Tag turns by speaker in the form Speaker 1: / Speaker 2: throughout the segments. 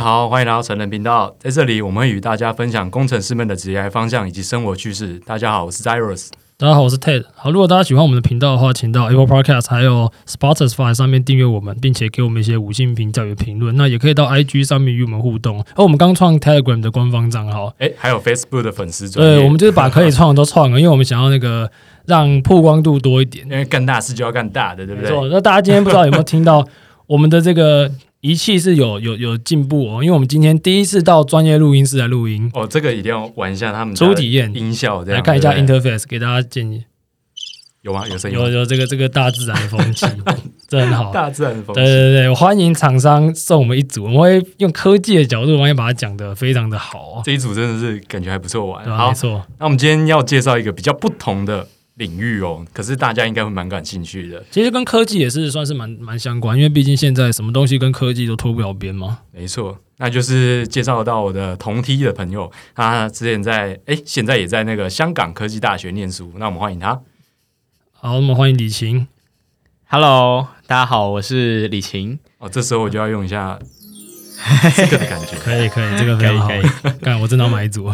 Speaker 1: 好，欢迎来到成人频道，在这里我们会与大家分享工程师们的职业方向以及生活趣事。大家好，我是 Zyrus。
Speaker 2: 大家好，我是 Ted。好，如果大家喜欢我们的频道的话，请到 Apple Podcast 还有 Spotify 上面订阅我们，并且给我们一些五星评价与评论。那也可以到 IG 上面与我们互动。哦而我们刚创 Telegram 的官方账号，
Speaker 1: 哎，还有 Facebook 的粉丝专页
Speaker 2: 对，我们就是把可以创的 都创了，因为我们想要那个让曝光度多一点
Speaker 1: 因。为干大事就要干大的，对不
Speaker 2: 没
Speaker 1: 对？
Speaker 2: 错，那大家今天不知道有没有听到 我们的这个仪器是有有有进步哦，因为我们今天第一次到专业录音室来录音，
Speaker 1: 哦，这个一定要玩一下他们家
Speaker 2: 初
Speaker 1: 的
Speaker 2: 体验
Speaker 1: 音效，这样
Speaker 2: 来看一下
Speaker 1: 对不对
Speaker 2: interface，给大家建议。
Speaker 1: 有吗？有声音吗，
Speaker 2: 有有这个这个大自然的风 气，真的很好。
Speaker 1: 大自然的风
Speaker 2: 对
Speaker 1: 景。
Speaker 2: 对对，我欢迎厂商送我们一组，我们会用科技的角度，我们会把它讲得非常的好哦。
Speaker 1: 这一组真的是感觉还不错玩。
Speaker 2: 对吧
Speaker 1: 好
Speaker 2: 没，错，
Speaker 1: 那我们今天要介绍一个比较不同的领域哦，可是大家应该会蛮感兴趣的。
Speaker 2: 其实跟科技也是算是蛮蛮相关，因为毕竟现在什么东西跟科技都脱不了边嘛。
Speaker 1: 没错，那就是介绍到我的同梯的朋友，他之前在哎，现在也在那个香港科技大学念书。那我们欢迎他。
Speaker 2: 好，我们欢迎李晴。
Speaker 3: Hello，大家好，我是李晴。
Speaker 1: 哦，这时候我就要用一下这个的感 觉。
Speaker 2: 可以 可以，这个非常好
Speaker 3: 可以。
Speaker 2: 干，我真的要买一 组。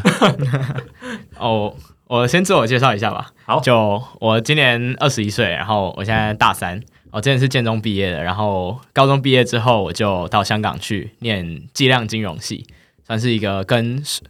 Speaker 3: 哦、我先自我介绍一下吧。
Speaker 1: 好
Speaker 3: 就我今年二十一岁，然后我现在大三。我之前是建中毕业的，然后高中毕业之后我就到香港去念计量金融系，算是一个跟数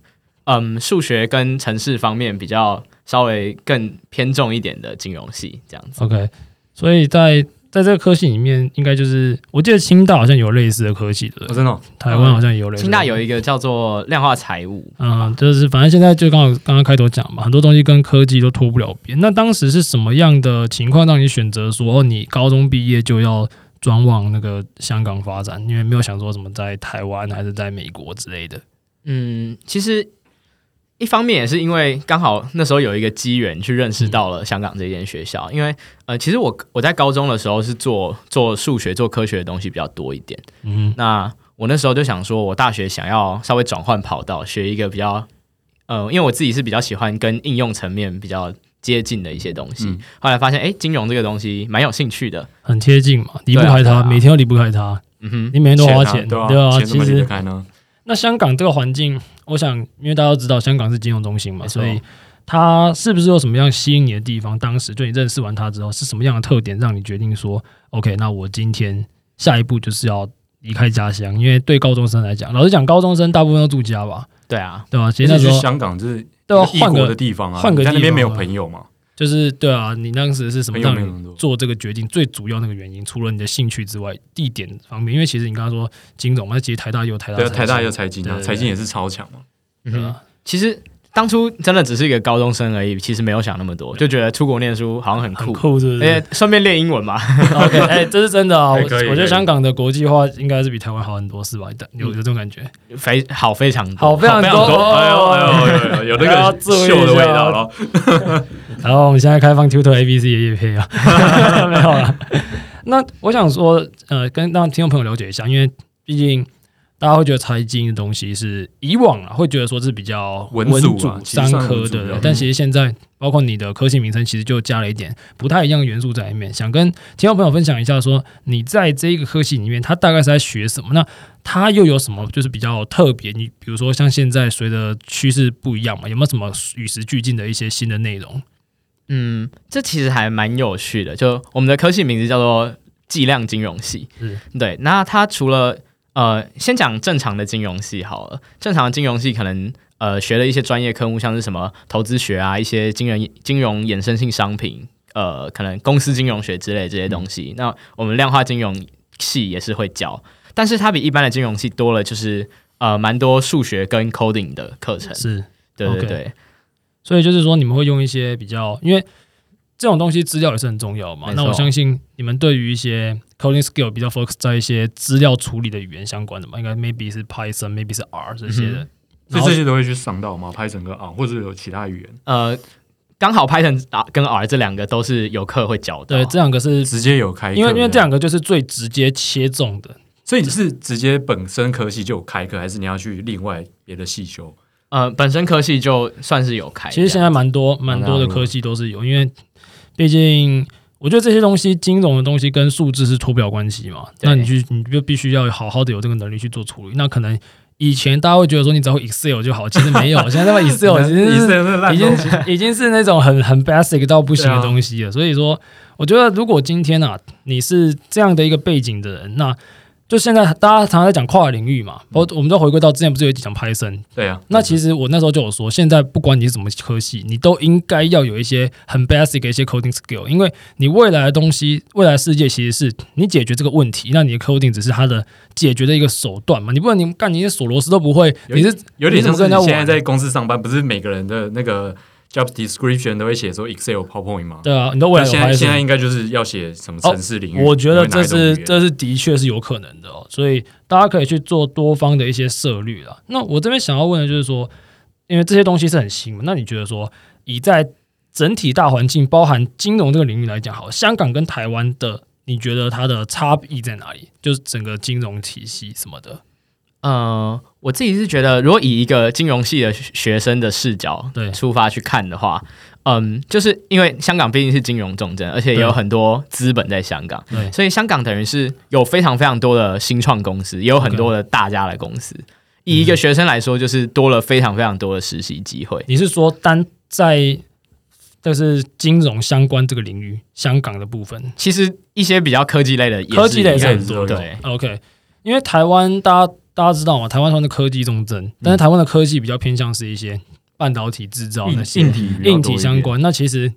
Speaker 3: 嗯数学跟城市方面比较稍微更偏重一点的金融系这样子。
Speaker 2: OK，所以在在这个科系里面，应该就是我记得清大好像有类似的科系的，对
Speaker 1: 我、
Speaker 2: 不对
Speaker 1: 真的哦、
Speaker 2: 台湾好像也有类似的。
Speaker 3: 清大有一个叫做量化财务，
Speaker 2: 嗯，就是反正现在就刚好刚刚开头讲嘛，很多东西跟科技都脱不了边。那当时是什么样的情况让你选择说，哦，你高中毕业就要转往那个香港发展？因为没有想说什么在台湾还是在美国之类的。
Speaker 3: 嗯，其实一方面也是因为刚好那时候有一个机缘去认识到了香港这间学校，因为呃，其实我我在高中的时候是做做数学、做科学的东西比较多一点。
Speaker 2: 嗯
Speaker 3: 那我那时候就想说，我大学想要稍微转换跑道，学一个比较呃，因为我自己是比较喜欢跟应用层面比较接近的一些东西。
Speaker 1: 嗯
Speaker 3: 后来发现，哎，金融这个东西蛮有兴趣的。
Speaker 2: 哼，很贴近嘛，离不
Speaker 3: 对啊
Speaker 2: 开它，
Speaker 3: 对啊
Speaker 2: 每天都离不开它，
Speaker 3: 嗯哼，
Speaker 2: 你每天都花
Speaker 1: 钱
Speaker 2: 钱，
Speaker 1: 啊对啊，
Speaker 2: 对啊。
Speaker 1: 钱怎
Speaker 2: 其
Speaker 1: 么离得
Speaker 2: 实
Speaker 1: 开呢？
Speaker 2: 那香港这个环境，我想因为大家都知道香港是金融中心嘛，
Speaker 3: 没错
Speaker 2: 所以它是不是有什么样吸引你的地方？当时就你认识完它之后，是什么样的特点让你决定说，OK，那我今天下一步就是要离开家乡？因为对高中生来讲，老实讲，高中生大部分都住家吧，
Speaker 3: 对啊，
Speaker 2: 对吧、其
Speaker 1: 其
Speaker 2: 实那
Speaker 1: 实
Speaker 2: 时
Speaker 1: 去
Speaker 2: 候
Speaker 1: 香港就是
Speaker 2: 对啊
Speaker 1: 一
Speaker 2: 换
Speaker 1: 异国
Speaker 2: 个
Speaker 1: 的地方啊，
Speaker 2: 换个
Speaker 1: 你在那边没有
Speaker 2: 地方啊
Speaker 1: 朋友嘛，
Speaker 2: 就是对啊，你当时是什么
Speaker 1: 朋友
Speaker 2: 让
Speaker 1: 没有
Speaker 2: 你
Speaker 1: 很多。
Speaker 2: 做这个决定最主要那个原因？除了你的兴趣之外，地点方面，因为其实你刚刚说金融嘛，那其实台大也有台大
Speaker 1: 对啊，
Speaker 2: 财
Speaker 1: 台大
Speaker 2: 经
Speaker 1: 有财经
Speaker 2: 对
Speaker 1: 啊，
Speaker 2: 对对
Speaker 1: 财经也是超强嘛。
Speaker 3: 嗯
Speaker 2: 对
Speaker 3: 哼。
Speaker 2: 啊，
Speaker 3: 其实当初真的只是一个高中生而已，其实没有想那么多，就觉得出国念书好像很
Speaker 2: 很
Speaker 3: 酷，
Speaker 2: 酷，是不是？
Speaker 3: 而且呃顺便练英文嘛。
Speaker 2: OK，哎、这是真的啊！我
Speaker 1: 哎
Speaker 2: 我
Speaker 1: 可以
Speaker 2: 觉
Speaker 1: 可
Speaker 2: 得
Speaker 1: 以
Speaker 2: 香港的国际化应该是比台湾好很多，是吧？有有这种感觉，
Speaker 3: 非好非常多，
Speaker 2: 好非常
Speaker 1: 非常
Speaker 2: 多
Speaker 1: 多，哎呦
Speaker 2: 哦
Speaker 1: 哎呦哎呦，有
Speaker 2: 还要
Speaker 1: 那个
Speaker 2: 注意一
Speaker 1: 秀的味
Speaker 2: 下
Speaker 1: 道了。
Speaker 2: 然后我们现在开放 Tutor ABC 的夜配啊， 没有了。那我想说，呃，跟让听众朋友了解一下，因为毕竟大家会觉得财经的东西是以往啊，会觉得说是比较
Speaker 1: 文组
Speaker 2: 组
Speaker 1: 啊其实
Speaker 2: 商
Speaker 1: 算文
Speaker 2: 科
Speaker 1: 组比较
Speaker 2: 的
Speaker 1: 多，
Speaker 2: 但其实现在包括你的科系名称，其实就加了一点不太一样的元素在里面。想跟听众朋友分享一下说你在这一个科系里面，它大概是在学什么？那它又有什么就是比较特别？你比如说像现在随着趋势不一样嘛，有没有什么与时俱进的一些新的内容？
Speaker 3: 嗯，这其实还蛮有趣的。就我们的科系名字叫做计量金融系
Speaker 2: 是，
Speaker 3: 对。那它除了呃，先讲正常的金融系好了。正常的金融系可能呃学了一些专业科目，像是什么投资学啊，一些金融金融衍生性商品，呃，可能公司金融学之类这些东
Speaker 2: 嗯
Speaker 3: 西。那我们量化金融系也是会教，但是它比一般的金融系多了，就是呃蛮多数学跟 coding 的课程。
Speaker 2: 是。
Speaker 3: 对对
Speaker 2: OK
Speaker 3: 对。
Speaker 2: 所以就是说，你们会用一些比较，因为这种东西资料也是很重要嘛。
Speaker 3: 没错
Speaker 2: 那我相信你们对于一些 coding skill 比较 focus 在一些资料处理的语言相关的嘛，应该 maybe 是 Python，maybe 是 R 这些的。
Speaker 1: 所
Speaker 2: 然
Speaker 1: 以
Speaker 2: 后
Speaker 1: 这些都会去上到吗？Python 跟 R 啊或者有其他语言，
Speaker 3: 呃，刚好 Python 啊跟 R 这两个都是有课会教的。
Speaker 2: 对，这两个是
Speaker 1: 直接有开课，
Speaker 2: 因为因为这
Speaker 1: 样，
Speaker 2: 两个就是最直接切中的。
Speaker 1: 所以你是直接本身科系就有开课，还是你要去另外别的系修？
Speaker 3: 呃，本身科系就算是有开。
Speaker 2: 其实现
Speaker 3: 在，
Speaker 2: 在蛮多蛮多的科系都是有，因为毕竟我觉得这些东西，金融的东西跟数字是脱不了关系嘛。
Speaker 3: 对
Speaker 2: 那你去你就必须要好好的有这个能力去做处理。那可能以前大家会觉得说你只会 Excel 就好，其实没有，现在他妈 Excel 其 实
Speaker 1: 以
Speaker 2: 是
Speaker 1: 色列烂
Speaker 2: 已
Speaker 1: 东
Speaker 2: 经
Speaker 1: 西，
Speaker 2: 已经是那种很很 basic 到不行
Speaker 1: 对
Speaker 2: 的
Speaker 1: 啊
Speaker 2: 东西了。所以说，我觉得如果今天啊，你是这样的一个背景的人，那就现在大家常常在讲跨领域嘛，我我们都回归到之前不是有一集讲 Python，
Speaker 1: 对啊，
Speaker 2: 那其实我那时候就有说，现在不管你是什么科系，你都应该要有一些很 basic 的一些 coding skill，因为你未来的东西，未来世界其实是你解决这个问题，那你的 coding 只是它的解决的一个手段嘛。你不能你干你连锁螺丝都不会，
Speaker 1: 有
Speaker 2: 你是
Speaker 1: 有点像是你
Speaker 2: 你怎么跟人家玩
Speaker 1: 现在在公司上班，不是每个人的那个 job description 都会写说 Excel、PowerPoint 吗？
Speaker 2: 对啊，你都
Speaker 1: 那
Speaker 2: 未来有
Speaker 1: 现在
Speaker 2: Python
Speaker 1: 现在应该就是要写什么城市领域？
Speaker 2: 哦我觉得这
Speaker 1: 你会
Speaker 2: 是
Speaker 1: 哪一种语言
Speaker 2: 这是的确是有可能的哦，所以大家可以去做多方的一些涉略啦。那我这边想要问的就是说，因为这些东西是很新嘛，那你觉得说，以在整体大环境包含金融这个领域来讲，好，香港跟台湾的，你觉得它的差异在哪里？就是整个金融体系什么的，
Speaker 3: 呃，我自己是觉得，如果以一个金融系的学学生的视角
Speaker 2: 对
Speaker 3: 出发去看的话，嗯，就是因为香港毕竟是金融重镇，而且也有
Speaker 2: 对
Speaker 3: 很多资本在香港，
Speaker 1: 嗯
Speaker 2: 对
Speaker 3: 所以香港等于是有非常非常多的新创公司，也有很多的大家的公司。以一个学生来说，就是多了非常非常多的实习机会。
Speaker 2: 你是说单在就是金融相关这个领域，香港的部分，
Speaker 3: 其实一些比较科技类的也是
Speaker 2: 科技类
Speaker 3: 一
Speaker 2: 是
Speaker 3: 样
Speaker 2: 很多的
Speaker 3: 对。
Speaker 2: 哎 OK，因为台湾大家大家知道嘛，台湾算是科技重
Speaker 1: 嗯
Speaker 2: 镇，但是台湾的科技比较偏向是一些半导体制造那些
Speaker 1: 硬硬体比较多一点
Speaker 2: 硬体相，关。那其实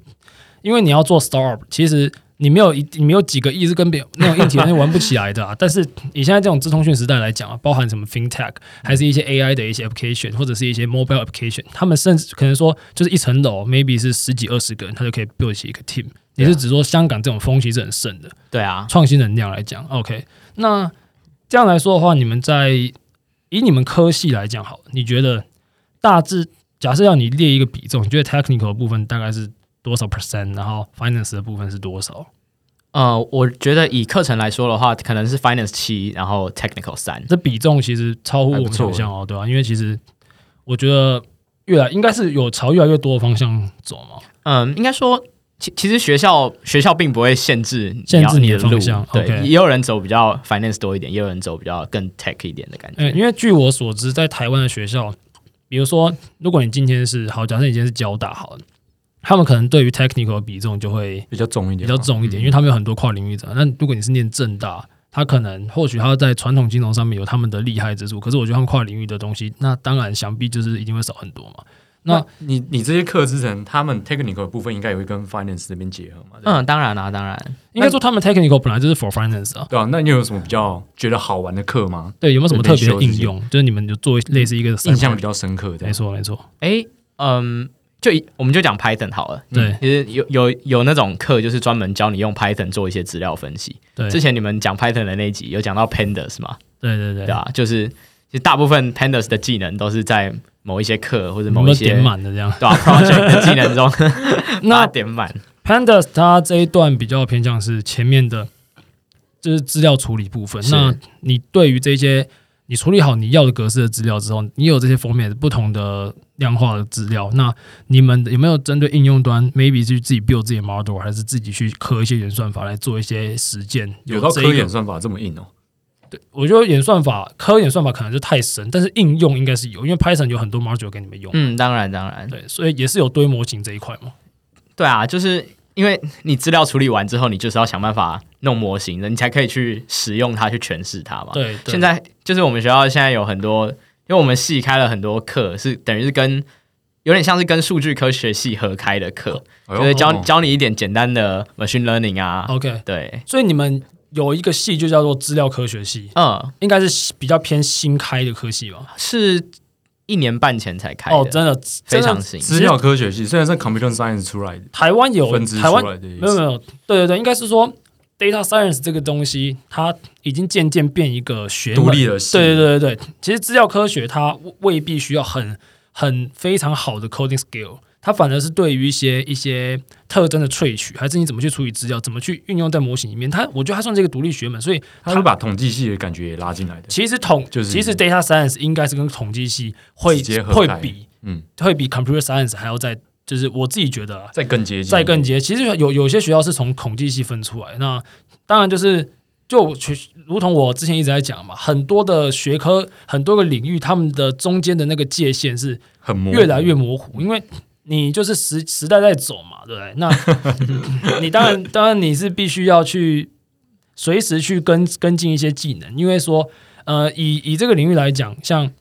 Speaker 2: 因为你要做 startup，其实你没有一你没有几个亿是跟别那种硬体那玩不起来的啊。但 是以现在这种资通讯时代来讲啊，包含什么 fintech，还是一些 AI 的一些 application，或者是一些 mobile application，他们甚至可能说就是一层楼 maybe 是十几二十个人，他就可以 build 起一个 team。你是指说香港这种风气是很盛的？
Speaker 3: 对啊，
Speaker 2: 创新能量来讲，OK，那这样来说的话，你们在以你们科系来讲，好了，你觉得大致假设要你列一个比重，你觉得 technical 的部分大概是多少 percent，然后 finance 的部分是多少？
Speaker 3: 呃，我觉得以课程来说的话，可能是 finance 七，然后 technical 三。
Speaker 2: 这比重其实超乎我
Speaker 1: 还
Speaker 2: 们
Speaker 1: 不错欸
Speaker 2: 想象哦，对吧、因为其实我觉得越来应该是有朝越来越多的方向走嘛，
Speaker 3: 嗯，应该说，其其实学校学校并不会限制你
Speaker 2: 限
Speaker 3: 要
Speaker 2: 制你
Speaker 3: 你
Speaker 2: 的
Speaker 3: 的
Speaker 2: 方
Speaker 3: 路
Speaker 2: 向，
Speaker 3: 对
Speaker 2: OK
Speaker 3: 也有人走比较 finance 多一点，也有人走比较更 tech 一点的感觉。
Speaker 2: 嗯，因为据我所知，在台湾的学校，比如说，如果你今天是好，假设你今天是交大好了，他们可能对于 technical 的比重就会
Speaker 1: 比较重一
Speaker 2: 比
Speaker 1: 点
Speaker 2: 较
Speaker 1: 嘛，
Speaker 2: 重一点，因为他们有很多跨领域者。那如果你是念正大，他可能或许他在传统金融上面有他们的厉害之处，可是我觉得他们跨领域的东西，那当然想必就是一定会少很多嘛。那
Speaker 1: 那你你这些课之层，他们 technical 的部分应该也会跟 finance 这边结合嘛？对吧
Speaker 3: 嗯，当然啦、当然。
Speaker 2: 应该说他们 technical 本来就是 for finance 啊，
Speaker 1: 对啊，那你有什么比较觉得好玩的课吗？
Speaker 2: 对，有没有什么特别
Speaker 1: 对
Speaker 2: 的
Speaker 1: 必修
Speaker 2: 应
Speaker 1: 之
Speaker 2: 用？就是你们就做类似一个
Speaker 1: 印象比
Speaker 2: side project
Speaker 1: 较深刻的
Speaker 2: 没，错没错，
Speaker 3: 诶，嗯，就以我们就讲 Python 好了。嗯
Speaker 2: 对
Speaker 3: 其实有有有那种课，就是专门教你用 Python 做一些资料分析。
Speaker 2: 对
Speaker 3: 之前你们讲 Python 的那一集有讲到 Pandas 嘛？
Speaker 2: 对对对
Speaker 3: 对，啊，就是其实大部分 Pandas 的技能都是在某一些课或者
Speaker 2: 有
Speaker 3: 某
Speaker 2: 没
Speaker 3: 一
Speaker 2: 有
Speaker 3: 些
Speaker 2: 点满的这样？
Speaker 3: 对啊 project 的技能中把它
Speaker 2: 那
Speaker 3: 点满。
Speaker 2: Pandas 它这一段比较偏向是前面的，就是资料处理部分。
Speaker 3: 是
Speaker 2: 那你对于这些，你处理好你要的格式的资料之后，你有这些封面不同的量化的资料，那你们有没有针对应用端，maybe 去自己 build 自己的 model，还是自己去刻一些演算法来做一些实践？
Speaker 1: 有到
Speaker 2: 这
Speaker 1: 科
Speaker 2: 一
Speaker 1: 研
Speaker 2: 个，
Speaker 1: 算法这么硬哦。
Speaker 2: 我觉得演算法科演算法可能就太深，但是应用应该是有，因为 Python 有很多 module 给你们用，
Speaker 3: 嗯，当然当然，
Speaker 2: 对，所以也是有堆模型这一块嘛。
Speaker 3: 对啊，就是因为你资料处理完之后，你就是要想办法弄模型的，你才可以去使用它去诠释它嘛。，
Speaker 2: 对，对
Speaker 3: 现在就是我们学校现在有很多，因为我们系开了很多课，是等于是跟有点像是跟数据科学系合开的课，
Speaker 1: 哎呦
Speaker 3: 就是教
Speaker 1: 哦
Speaker 3: 教你一点简单的 machine learning 啊，
Speaker 2: OK，
Speaker 3: 对，
Speaker 2: 所以你们有一个系就叫做资料科学系，
Speaker 3: 嗯，
Speaker 2: 应该是比较偏新开的科系吧？
Speaker 3: 是一年半前才开的，
Speaker 2: 哦，真的
Speaker 3: 非
Speaker 2: 非
Speaker 3: 常新。
Speaker 1: 资料科学系虽然是 computer science 出来的，
Speaker 2: 台湾有
Speaker 1: 分支
Speaker 2: 台
Speaker 1: 出
Speaker 2: 湾
Speaker 1: 来的意
Speaker 2: 没有没
Speaker 1: 思，
Speaker 2: 有，对对对，应该是说 data science 这个东西，它已经渐渐变一个学
Speaker 1: 独
Speaker 2: 门。
Speaker 1: 立的系，
Speaker 2: 对对对对对，其实资料科学它未必需要很很非常好的 coding skill，它反而是对于一些一些特征的萃取，还是你怎么去处理资料，怎么去运用在模型里面，它我觉得它算是一个独立学门，所以
Speaker 1: 他是把统计系的感觉也拉进来的。
Speaker 2: 其实统
Speaker 1: 就是
Speaker 2: 其实 data science 应该是跟统计系会
Speaker 1: 直接合
Speaker 2: 会
Speaker 1: 开
Speaker 2: 比
Speaker 1: 嗯，
Speaker 2: 会比 computer science 还要在，就是我自己觉得啊
Speaker 1: 再更接近，
Speaker 2: 再更接。其实有有些学校是从统计系分出来，那当然就是。就我去，如同我之前一直在讲嘛，很多的学科、很多个领域，他们的中间的那个界限是
Speaker 1: 很模糊
Speaker 2: 越来越模糊，因为你就是时时代在走嘛，对不对？那你当然当然你是必须要去随时去跟跟进一些技能，因为说呃，以以这个领域来讲，像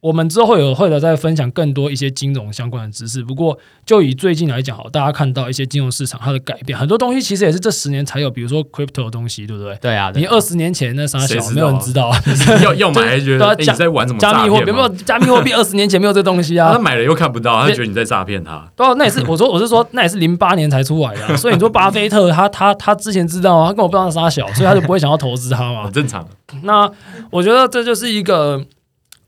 Speaker 2: 我们之后会有会有再分享更多一些金融相关的知识。不过就以最近来讲，好，大家看到一些金融市场它的改变，很多东西其实也是这十年才有，比如说 crypto 的东西，对不对？
Speaker 3: 对啊，对
Speaker 2: 你二十年前那啥
Speaker 1: 谁
Speaker 2: 小，
Speaker 1: 知
Speaker 2: 没有人
Speaker 1: 道啊
Speaker 2: 知道啊，
Speaker 1: 要要买还觉得
Speaker 2: 对啊
Speaker 1: 哎你
Speaker 2: 加
Speaker 1: 在玩什么
Speaker 2: 加密货币
Speaker 1: 有
Speaker 2: 有没有？加密货币二十年前没有这东西啊，
Speaker 1: 他买了又看不到，他觉得你在诈骗他。
Speaker 2: 对、啊，那也是我说我是说那也是零八年才出来的啊、所以你说巴菲特他他他之前知道啊，他根本不知道他杀小，所以他就不会想要投资他嘛
Speaker 1: 很。正常，
Speaker 2: 那我觉得这就是一个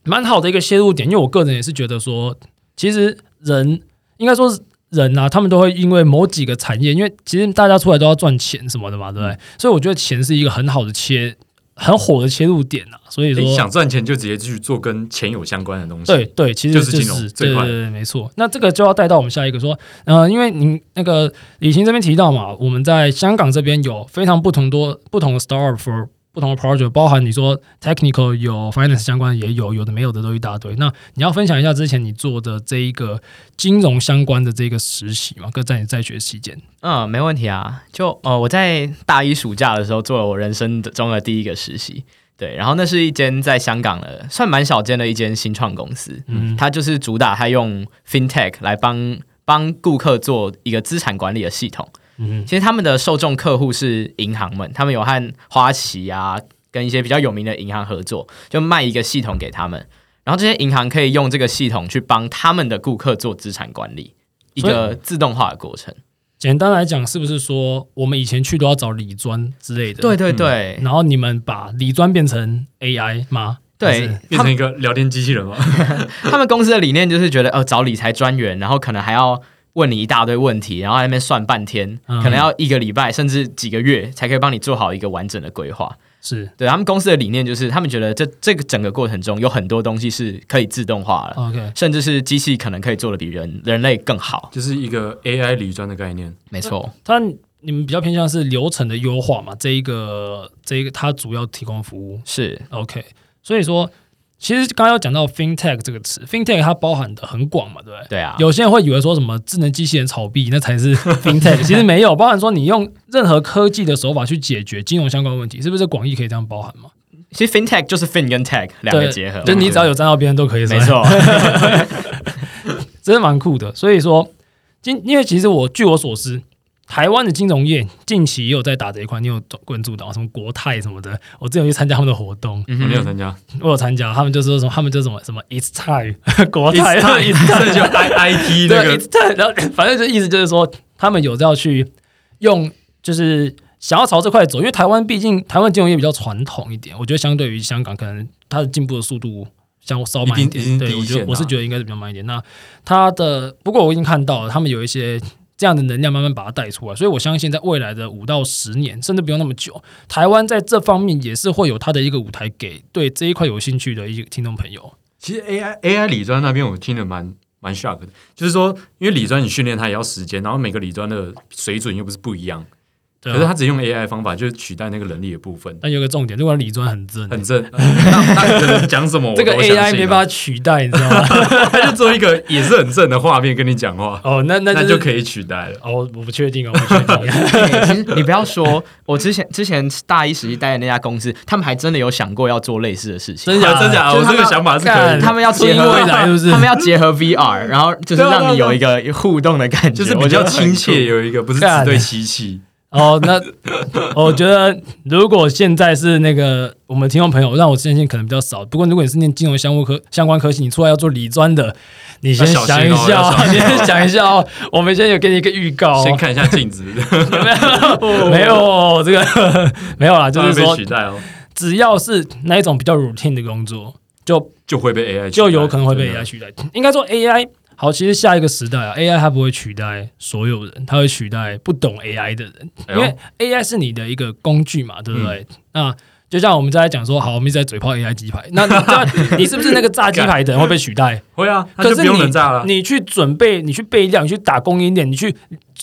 Speaker 2: 蛮好的一个切入点，因为我个人也是觉得说，其实人应该说是人啊，他们都会因为某几个产业，因为其实大家出来都要赚钱什么的嘛，对不对？所以我觉得钱是一个很好的切很火的切入点啊，所以说、
Speaker 1: 你想赚钱就直接去做跟钱有相关的东西。
Speaker 2: 对，对，其实
Speaker 1: 就
Speaker 2: 就是是
Speaker 1: 金融最
Speaker 2: 对
Speaker 1: 快
Speaker 2: 对对，没错。那这个就要带到我们下一个说，呃，因为您那个李晴这边提到嘛，我们在香港这边有非常不同多不同的 startup for 不同的 project，包含你说 technical 有 finance 相关的也有，有的没有的都一大堆。那你要分享一下之前你做的这一个金融相关的这个实习嘛，跟在你在学期间，
Speaker 3: 嗯，没问题啊。就呃，我在大一暑假的时候做了我人生中的第一个实习，对，然后那是一间在香港的算蛮小间的一间新创公司，
Speaker 2: 嗯，
Speaker 3: 它就是主打它用 FinTech 来帮帮顾客做一个资产管理的系统。
Speaker 2: 嗯
Speaker 3: 其实他们的受众客户是银行们，他们有和花旗啊跟一些比较有名的银行合作，就卖一个系统给他们，然后这些银行可以用这个系统去帮他们的顾客做资产管理，一个自动化的过程。
Speaker 2: 简单来讲，是不是说我们以前去都要找理专之类的？
Speaker 3: 对。对对，
Speaker 2: 然后你们把理专变成 AI 吗？还是
Speaker 3: 对
Speaker 1: 变成一个聊天机器人嘛。
Speaker 3: 他们公司的理念就是觉得，呃，找理财专员，然后可能还要问你一大堆问题，然后在那边算半天，
Speaker 2: 嗯
Speaker 3: 可能要一个礼拜甚至几个月才可以帮你做好一个完整的规划。
Speaker 2: 是
Speaker 3: 对他们公司的理念就是，他们觉得这这个整个过程中有很多东西是可以自动化的，
Speaker 2: OK，
Speaker 3: 甚至是机器可能可以做的比人人类更 好。
Speaker 1: 就是一个 AI 理专的概念，
Speaker 3: 没错，
Speaker 2: 它你们比较偏向是流程的优化嘛？这一个这一个它主要提供服务。
Speaker 3: 是
Speaker 2: OK，所以说其实刚刚有讲到 FinTech 这个词，FinTech 它包含的很广嘛，对不对？
Speaker 3: 对啊，
Speaker 2: 有些人会以为说什么智能机器人炒币那才是 FinTech，其实没有，包含说你用任何科技的手法去解决金融相关问题，是不是广义可以这样包含嘛？
Speaker 3: 其实 FinTech 就是 Fin 跟 Tech 两个
Speaker 2: 对
Speaker 3: 结合，
Speaker 2: 就你只要有沾到边都可以，是吧
Speaker 3: 没错，
Speaker 2: 真的蛮酷的。所以说，今因为其实我据我所知，台湾的金融业近期也有在打这一块，你有关注到什么国泰什么的？我之前有去参加他们的活动，
Speaker 1: 我哦没有参加。
Speaker 2: 我有参加，他们就说什么，他们就什么什么 It's time 国
Speaker 1: It's
Speaker 2: 泰
Speaker 1: time，这就 I I T 那
Speaker 2: 对
Speaker 1: 个
Speaker 2: It's time，然后反正就意思就是说，他们有要去用就是。想要朝这块走，因为台湾毕竟台湾金融业比较传统一点，我觉得相对于香港，可能它的进步的速度相稍
Speaker 1: 一
Speaker 2: 慢
Speaker 1: 定
Speaker 2: 点。
Speaker 1: 一定
Speaker 2: 对，
Speaker 1: 第一
Speaker 2: 我觉得
Speaker 1: 线
Speaker 2: 我是
Speaker 1: 啊
Speaker 2: 觉得应该是比较慢一点。那它的不过我已经看到了，他们有一些这样的能量慢慢把它带出来，所以我相信在未来的五到十年，甚至不用那么久，台湾在这方面也是会有它的一个舞台给对这一块有兴趣的一些听众朋友。
Speaker 1: 其实 AI AI 理专那边我听得蛮蛮 shock 的，就是说，因为理专你训练它也要时间，然后每个理专的水准又不是不一样，
Speaker 2: 对
Speaker 1: 可是
Speaker 2: 啊、嗯
Speaker 1: 它只用 AI 方法就是取代那个人力的部分，
Speaker 2: 但有一个重点，如果理专很正，
Speaker 1: 很正。 呃那那可能讲什 么我
Speaker 2: 这个
Speaker 1: 都相信啊
Speaker 2: AI 没办 法取代，你知道吗？
Speaker 1: 他就做一个也是很正的画面跟你讲话，
Speaker 2: 哦，那那、
Speaker 1: 那
Speaker 2: 是、
Speaker 1: 就可以取代了。
Speaker 2: 哦，我不确
Speaker 1: 啊
Speaker 2: 定哦，我不确定。
Speaker 3: 对其实你不要说，我之前之前大一实习待的那家公司，他们还真的有想过要做类似的事情。
Speaker 2: 真假的
Speaker 1: 啊 真假的，
Speaker 2: 就
Speaker 1: 我
Speaker 2: 是他
Speaker 1: 这
Speaker 2: 们
Speaker 1: 个想法是可以
Speaker 2: 干
Speaker 1: 的，
Speaker 3: 他们要结
Speaker 2: 因
Speaker 3: 合
Speaker 2: 为未来是不是
Speaker 3: 啊 他们要结合 VR，然后就是让你有一个互动的感觉，
Speaker 1: 啊就是比
Speaker 3: 我觉
Speaker 1: 较
Speaker 3: 得很
Speaker 1: 亲切，
Speaker 3: 酷。
Speaker 1: 有一个不是
Speaker 2: 干
Speaker 1: 只对机器，
Speaker 2: 哦，那我觉得如果现在是那个我们听众朋友，让我相信可能比较少。不过如果你是念金融相关科相关科系，你出来要做理专的，你先
Speaker 1: 要小
Speaker 2: 想
Speaker 1: 心
Speaker 2: 一
Speaker 1: 哦
Speaker 2: 下，
Speaker 1: 要小
Speaker 2: 你
Speaker 1: 心哦
Speaker 2: 先想一下哦。我们先有给你一个预告、哦，
Speaker 1: 先看一下镜子，
Speaker 2: 没有这个 没有啦，就
Speaker 1: 当然
Speaker 2: 是
Speaker 1: 被
Speaker 2: 说
Speaker 1: 取代哦，
Speaker 2: 只要是那一种比较 routine 的工作，就
Speaker 1: 就会被 AI 取代
Speaker 2: 就有可能会被
Speaker 1: 真的啊
Speaker 2: AI 取代。应该说 AI 好，其实下一个时代啊，AI 它不会取代所有人，它会取代不懂 AI 的人，
Speaker 1: 哎
Speaker 2: 因
Speaker 1: 呦嗯
Speaker 2: 为 AI 是你的一个工具嘛，对不对？那就像我们在讲说，好，我们一直在嘴炮 AI 鸡排，那那你是不是那个炸鸡排的人会被取代？
Speaker 1: 会啊，那
Speaker 2: 可
Speaker 1: 就是不用人炸了。
Speaker 2: 你。你去准备，你去备料，你去打供应链，你去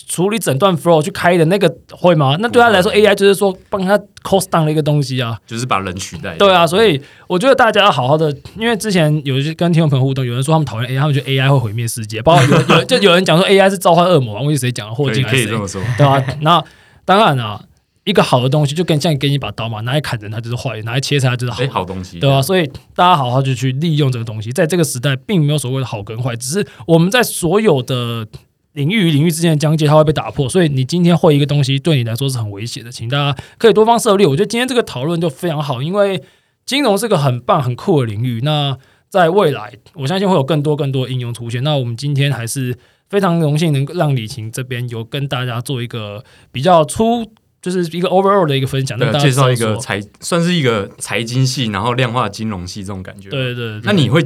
Speaker 2: 处理整段 flow 去开的那个会吗？那对他来说，AI 就是说帮他 cost down 的一个东西啊。
Speaker 1: 就是把人取代。
Speaker 2: 对啊，所以我觉得大家要好好的，因为之前有一些跟听众朋友互动，有人说他们讨厌 AI，他们觉得 AI 会毁灭世界，包括有有人就有人讲说 AI 是召唤恶魔，忘记谁讲了，霍
Speaker 1: 可以
Speaker 2: 金还
Speaker 1: 可
Speaker 2: 是
Speaker 1: 以
Speaker 2: 谁
Speaker 1: 这，么说，
Speaker 2: 对啊，那当然啊，一个好的东西就跟像给你一把刀嘛，拿来砍人它就是坏的，拿来切菜它就是好
Speaker 1: 哎，
Speaker 2: 的。
Speaker 1: 好东西。
Speaker 2: 对啊，所以大家好好就去利用这个东西，在这个时代，并没有所谓的好跟坏，只是我们在所有的领域与领域之间的疆界，它会被打破。所以你今天会一个东西，对你来说是很危险的，请大家可以多方涉猎。我觉得今天这个讨论就非常好，因为金融是个很棒、很酷的领域。那在未来，我相信会有更多更多的应用出现。那我们今天还是非常荣幸能够让李晴这边有跟大家做一个比较粗，就是一个 overall 的一个分享，
Speaker 1: 对
Speaker 2: 让大
Speaker 1: 啊，
Speaker 2: 家
Speaker 1: 介绍一
Speaker 2: 知道
Speaker 1: 个
Speaker 2: 说
Speaker 1: 财，算是一个财经系，然后量化金融系这种感觉。，
Speaker 2: 对对对，
Speaker 1: 那你会，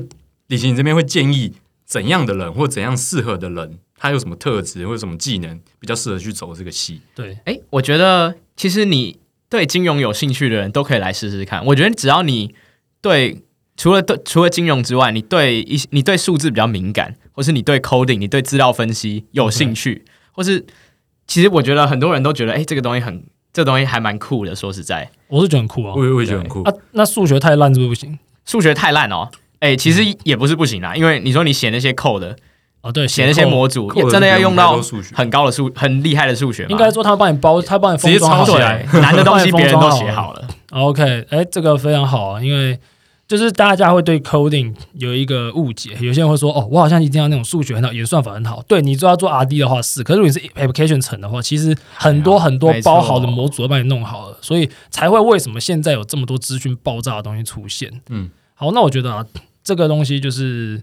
Speaker 1: 李行，你这边会建议怎样的人，或怎样适合的人，他有什么特质或者什么技能比较适合去走这个系？
Speaker 2: 对
Speaker 3: 哎，我觉得其实你对金融有兴趣的人都可以来试试看。我觉得只要你对除了对除了金融之外，你对一些你对数字比较敏感，或是你对 coding、你对资料分析有兴趣，或是其实我觉得很多人都觉得，哎，这个东西很这个东西还蛮酷的。说实在，
Speaker 2: 我是觉得很酷啊。
Speaker 1: 我也我也觉得很酷。
Speaker 2: 啊，那数学太烂是不是不行？
Speaker 3: 数学太烂哦。哎，其实也不是不行啦，啊因为你说你写那些 code，
Speaker 2: 哦，对，
Speaker 3: 写那些
Speaker 2: 扣
Speaker 3: 模组，
Speaker 1: code
Speaker 3: 真的要用
Speaker 1: 不用
Speaker 3: 到
Speaker 1: 太多数学
Speaker 3: 很高的数、很厉害的数学嘛。
Speaker 2: 应该说他帮你包，他帮你
Speaker 1: 直接
Speaker 2: 封装
Speaker 1: 抄
Speaker 2: 好
Speaker 1: 起
Speaker 2: 了。
Speaker 1: 来
Speaker 3: 对难的东西别人都写好了。
Speaker 2: OK，哎，这个非常好啊，因为就是大家会对 coding 有一个误解，有些人会说，哦，我好像一定要那种数学很好，演算法很好。对你就要做 RD 的话是，可是如果你是 application 层的话，其实很多很多
Speaker 3: 哎没错
Speaker 2: 包好的模组都帮你弄好了，所以才会为什么现在有这么多资讯爆炸的东西出现。
Speaker 1: 嗯，
Speaker 2: 好，那我觉得啊，这个东西就是。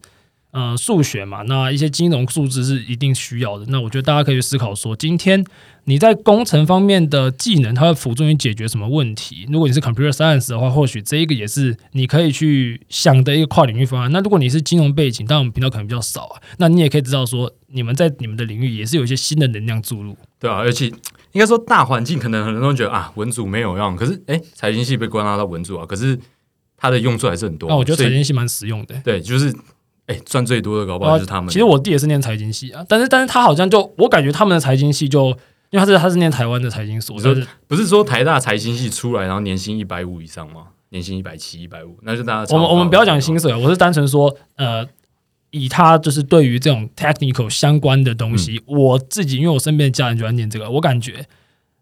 Speaker 2: 呃，数学嘛，那一些金融数字是一定需要的。那我觉得大家可以去思考说，今天你在工程方面的技能，它会辅助你解决什么问题？如果你是 computer science 的话，或许这一个也是你可以去想的一个跨领域方案。那如果你是金融背景，当然我们频道可能比较少啊，那你也可以知道说，你们在你们的领域也是有一些新的能量注入。
Speaker 1: 对啊，而且应该说大环境可能很多人觉得啊，文组没有用，可是
Speaker 2: 嗯
Speaker 1: 哎，财经系被归纳到文组啊，可是它的用处还是很多。
Speaker 2: 那我觉得
Speaker 1: 所以
Speaker 2: 财经系蛮实用的、欸。啊
Speaker 1: 对，就是哎赚最多的搞不好就是他们。
Speaker 2: 其实我弟也是念财经系啊，但是但是他好像就我感觉他们的财经系就，因为他是他是念台湾的财经所，
Speaker 1: 你说
Speaker 2: 但是
Speaker 1: 不是说台大财经系出来，然后年薪一百五以上吗？年薪一百七、一百五，那就大家差
Speaker 2: 我们
Speaker 1: 高
Speaker 2: 我们不要讲薪水，我是单纯说，呃，以他就是对于这种 technical 相关的东西，
Speaker 1: 嗯
Speaker 2: 我自己因为我身边的家人就在念这个，我感觉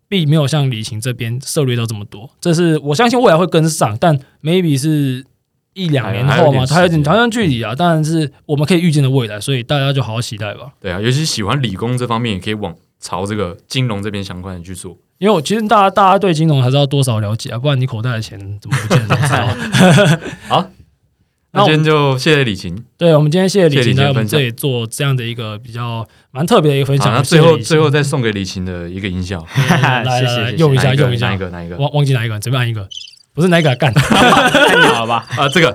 Speaker 2: 并没有像李晴这边涉猎到这么多，这是我相信未来会跟上，但 maybe 是一两年
Speaker 1: 还有
Speaker 2: 后嘛，
Speaker 1: 还有点时间
Speaker 2: 它有点长段距离啊，当然是我们可以预见的未来，所以大家就好好期待吧。
Speaker 1: 对啊，尤其是喜欢理工这方面，也可以往朝这个金融这边相关的去做。
Speaker 2: 因为我其实大家大家对金融还是要多少了解啊，不然你口袋的钱怎么不见得知道？ 那
Speaker 1: 那
Speaker 2: 啊我
Speaker 1: 今天就谢谢李晴。
Speaker 2: 对，我们今天谢谢李
Speaker 1: 谢谢
Speaker 2: 晴
Speaker 1: 李晴
Speaker 2: 来
Speaker 1: 的
Speaker 2: 我们
Speaker 1: 分享
Speaker 2: 这里做这样的一个比较蛮特别的一个分
Speaker 1: 好，
Speaker 2: 享。
Speaker 1: 那
Speaker 2: 谢
Speaker 1: 最
Speaker 2: 谢
Speaker 1: 后
Speaker 2: 李晴
Speaker 1: 最后再送给李晴的一个音效，
Speaker 2: 来来
Speaker 3: 谢谢
Speaker 2: 来，
Speaker 3: 谢谢
Speaker 2: 用一
Speaker 1: 哪
Speaker 2: 下，
Speaker 1: 一个
Speaker 2: 用一
Speaker 1: 哪
Speaker 2: 下
Speaker 1: 一，个哪一个
Speaker 2: 忘忘记哪一个，随便按一个，不是哪一个啊干。
Speaker 3: 太鸟了吧！
Speaker 1: 啊？这个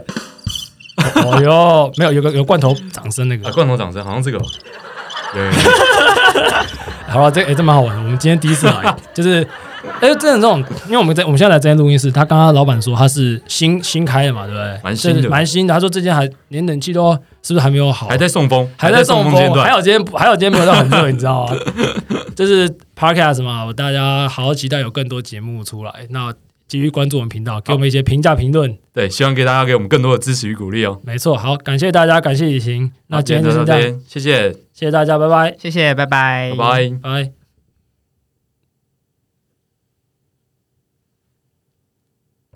Speaker 2: 哦哟，没有有个有罐头掌声那
Speaker 1: 啊，
Speaker 2: 个。
Speaker 1: 罐头掌声，好像这个吧。有 有有
Speaker 2: 好了，这哎、这蛮好玩的。我们今天第一 次来，就是哎、真的这种，因为我们在我们现在来这间录音室，他刚刚老板说他是新新开的嘛，对不对？
Speaker 1: 蛮新的
Speaker 2: 就是蛮新的。他说这间还连冷气都是不是还没有好，
Speaker 1: 还在送风，
Speaker 2: 还
Speaker 1: 在
Speaker 2: 在送
Speaker 1: 风
Speaker 2: 风
Speaker 1: 阶，
Speaker 2: 还
Speaker 1: 段。
Speaker 2: 有今天还有今天没有到很热， 你知道吗？这是 podcast 嘛，我大家好好期待有更多节目出来。那继续关注我们频道，给我们一些评价评论。
Speaker 1: 对，希望给大家给我们更多的支持与鼓励哦。
Speaker 2: 没错，好，感谢大家，感谢李行。那
Speaker 1: 好
Speaker 2: 今天就先
Speaker 1: 到
Speaker 2: 这
Speaker 1: 这
Speaker 2: 样，
Speaker 1: 边，谢谢，
Speaker 2: 谢谢大家，拜拜，
Speaker 3: 谢谢，拜拜，
Speaker 1: 拜拜。
Speaker 2: 拜。